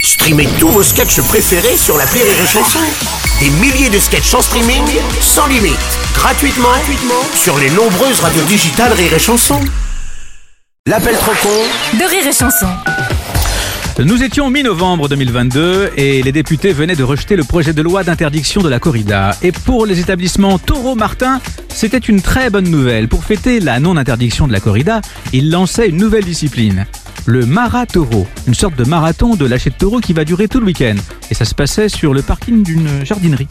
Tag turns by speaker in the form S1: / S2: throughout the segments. S1: Streamez tous vos sketchs préférés sur la Rire et Chanson. Des milliers de sketchs en streaming, sans limite, gratuitement, gratuitement sur les nombreuses radios digitales Rire et Chanson. L'appel trop con
S2: de rire et chanson.
S3: Nous étions mi-novembre 2022 et les députés venaient de rejeter le projet de loi d'interdiction de la corrida. Et pour les établissements Taureau-Martin, c'était une très bonne nouvelle. Pour fêter la non-interdiction de la corrida, ils lançaient une nouvelle discipline. Le marataureau, une sorte de marathon de lâcher de taureau qui va durer tout le week-end. Et ça se passait sur le parking d'une jardinerie.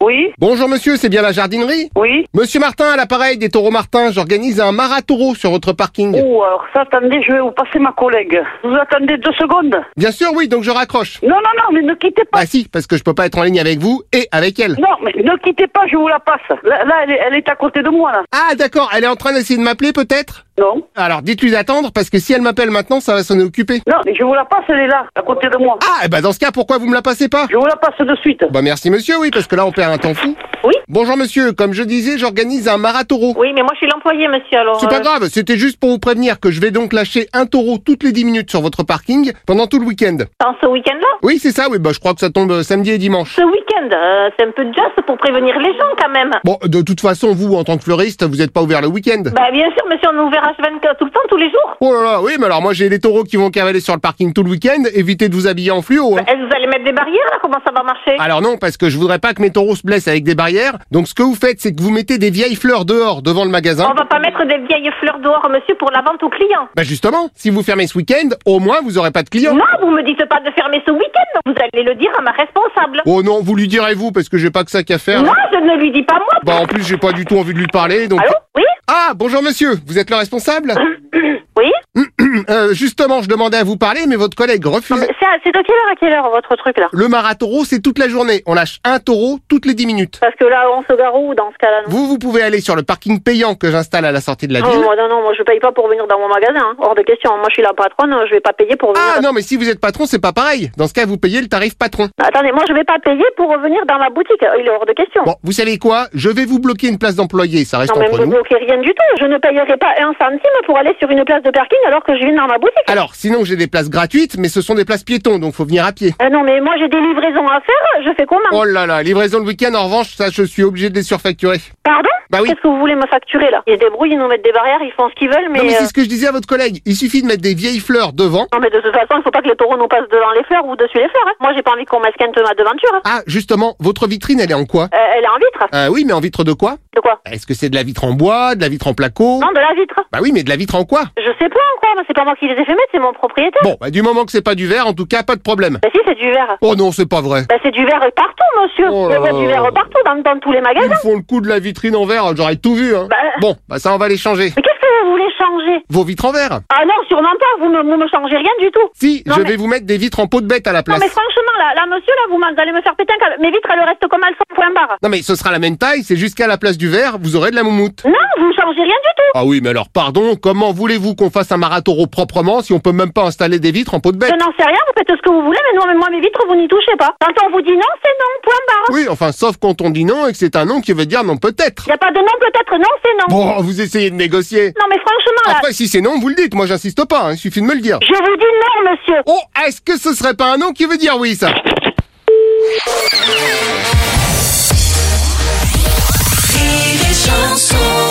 S4: Oui,
S5: Bonjour monsieur, c'est bien la jardinerie
S4: oui.
S5: Monsieur Martin à l'appareil des taureaux Martin, j'organise un marataureau sur votre parking.
S6: Oh.
S4: Ou alors ça, attendez, je vais vous passer ma collègue. Vous attendez deux secondes
S5: Bien sûr oui, donc je raccroche.
S4: Non, non, non, mais ne quittez pas.
S5: Bah si, parce que je peux pas être en ligne avec vous et avec elle.
S4: Non, mais ne quittez pas, je vous la passe. Là, là, elle, est, elle est à côté de moi, là.
S5: Ah d'accord, elle est en train d'essayer de m'appeler peut-être
S4: Non,
S5: Alors dites-lui d'attendre parce que si elle m'appelle maintenant, ça va s'en occuper.
S4: non, mais je vous la passe, elle est là, à côté de moi.
S5: Ah et bah dans ce cas, pourquoi vous me la passez pas
S4: Je vous la passe de suite.
S5: Bah merci monsieur, oui, parce que là on perd un temps fou.
S6: Oui.
S5: Bonjour monsieur, comme je disais, j'organise un marataureau.
S6: Oui, mais moi je suis l'employé, monsieur, alors.
S5: C'est pas
S6: euh,
S5: grave, c'était juste pour vous prévenir que je vais donc lâcher un taureau toutes les 10 minutes sur votre parking pendant tout le week-end.
S6: Dans ce week-end-là
S5: Oui, c'est ça, oui, bah je crois que ça tombe euh, samedi et dimanche.
S6: Ce week-end, euh, c'est un peu juste pour prévenir les gens quand même.
S5: Bon, de toute façon, vous, en tant que fleuriste, vous n'êtes pas ouvert le week-end.
S6: Bah, bien sûr, monsieur, on est ouvert H24 tout le temps, tous les jours.
S5: Oh là là, oui, mais alors moi j'ai les taureaux qui vont cavaler sur le parking tout le week-end, évitez de vous habiller en fluo. hein.
S6: Est-ce que vous allez mettre des barrières là Comment ça va marcher
S5: Alors non, parce que je voudrais pas que mes taureaux se blessent avec des barrières, donc ce que vous faites, c'est que vous mettez des vieilles fleurs dehors, devant le magasin.
S6: On va pas mettre des vieilles fleurs dehors, monsieur, pour la vente aux clients.
S5: Bah justement, si vous fermez ce week-end, au moins vous aurez pas de clients.
S6: Non, vous me dites pas de fermer ce week-end. Vous allez le dire à ma responsable.
S5: Oh non, vous lui direz vous, parce que j'ai pas que ça qu'à faire.
S6: Non, je ne lui dis pas moi.
S5: Bah en plus, j'ai pas du tout envie de lui parler, donc...
S6: Allô Oui
S5: Ah, bonjour monsieur, vous êtes le responsable
S6: Oui
S5: Euh, Justement, je demandais à vous parler, mais votre collègue refuse.
S6: C'est à- c'est de quelle heure à quelle heure votre truc là
S5: Le marataureau, c'est toute la journée, on lâche un taureau toutes les 10 minutes.
S6: Parce que là, on se garoue dans ce cas-là. non
S5: Vous, vous pouvez aller sur le parking payant que j'installe à la sortie de la
S6: Oh,
S5: ville.
S6: moi, non, non, moi je paye pas pour venir dans mon magasin. hein. Hors de question. Moi je suis la patronne, je vais pas payer pour venir.
S5: Ah non, mais si vous êtes patron, c'est pas pareil. Dans ce cas, vous payez le tarif patron.
S6: Attendez, moi je vais pas payer pour revenir dans ma boutique. Il est hors de question.
S5: Bon, vous savez quoi Je vais vous bloquer une place d'employé, ça reste
S6: non, mais
S5: entre
S6: vous
S5: nous.
S6: bloquez rien du tout. Je ne payerai pas un centime pour aller sur une place de parking alors que je viens dans ma boutique.
S5: Alors, sinon j'ai des places gratuites, mais ce sont des places piétons, donc faut venir à pied.
S6: Ah non, mais moi j'ai des livraisons à faire, je fais comment
S5: Oh là là, livraison le week-end, en revanche, ça je suis obligé de les surfacturer.
S6: Pardon
S5: Bah oui.
S6: Qu'est-ce que vous voulez me facturer là Ils se débrouillent, ils nous mettent des barrières, ils font ce qu'ils veulent, mais.
S5: Non mais
S6: euh,
S5: c'est ce que je disais à votre collègue, il suffit de mettre des vieilles fleurs devant.
S6: non, mais de toute façon, il faut pas que les taureaux nous passent devant les fleurs ou dessus les fleurs. hein. Moi j'ai pas envie qu'on m'esquinte ma devanture. hein.
S5: Ah, justement, votre vitrine, elle est en quoi
S6: Euh, elle est en vitre
S5: Euh oui, mais en vitre de quoi
S6: De quoi
S5: Est-ce que c'est de la vitre en bois, de la vitre en placo
S6: Non, de la vitre.
S5: Bah oui, mais de la vitre en quoi
S6: Je sais pas encore, mais c'est pas moi qui les ai fait mettre, c'est mon propriétaire.
S5: Bon, bah du moment que c'est pas du verre, en tout cas, pas de problème.
S6: Bah si, c'est du verre.
S5: Oh non, c'est pas vrai.
S6: Bah c'est du verre partout, monsieur.
S5: Oh
S6: Je
S5: là
S6: vois
S5: là
S6: du
S5: là
S6: verre partout, dans, dans tous les
S5: Ils me
S6: magasins.
S5: font le coup de la vitrine en verre, j'aurais tout vu. Hein.
S6: Bah,
S5: Bon, bah ça on va les changer.
S6: mais qu'est-ce que vous voulez changer
S5: Vos vitres en verre
S6: Ah non, sûrement pas, vous ne me, me changez rien du tout.
S5: Si,
S6: Non,
S5: je
S6: mais-
S5: vais vous mettre des vitres en peau de bête à la
S6: Non
S5: place.
S6: mais franchement, là, là monsieur, là, vous m'en- vous allez me faire péter un câble. Mes vitres, elles restent comme elles sont, point barre.
S5: Non mais ce sera la même taille, c'est jusqu'à la place du verre, vous aurez de la moumoute.
S6: Non, vous ne changez rien du tout.
S5: Ah oui, mais alors pardon, comment voulez-vous qu'on fasse un marataureau proprement si on peut même pas installer des vitres en peau de bête
S6: Je n'en sais rien, vous faites ce que vous voulez, mais non, mais moi, mes vitres, vous n'y touchez pas. Quand on vous dit non, c'est non, point barre.
S5: Oui, enfin sauf quand on dit non et que c'est un non qui veut dire non peut-être.
S6: Il n'y a pas de non, peut-être non, c'est non.
S5: Bon, vous essayez de négocier.
S6: Non mais franchement, là,
S5: Après si c'est non, vous le dites, moi j'insiste pas, hein, il suffit de me le dire.
S6: je vous dis non, monsieur.
S5: Oh, est-ce que ce serait pas un non qui veut dire oui ça
S2: Rire et chanson.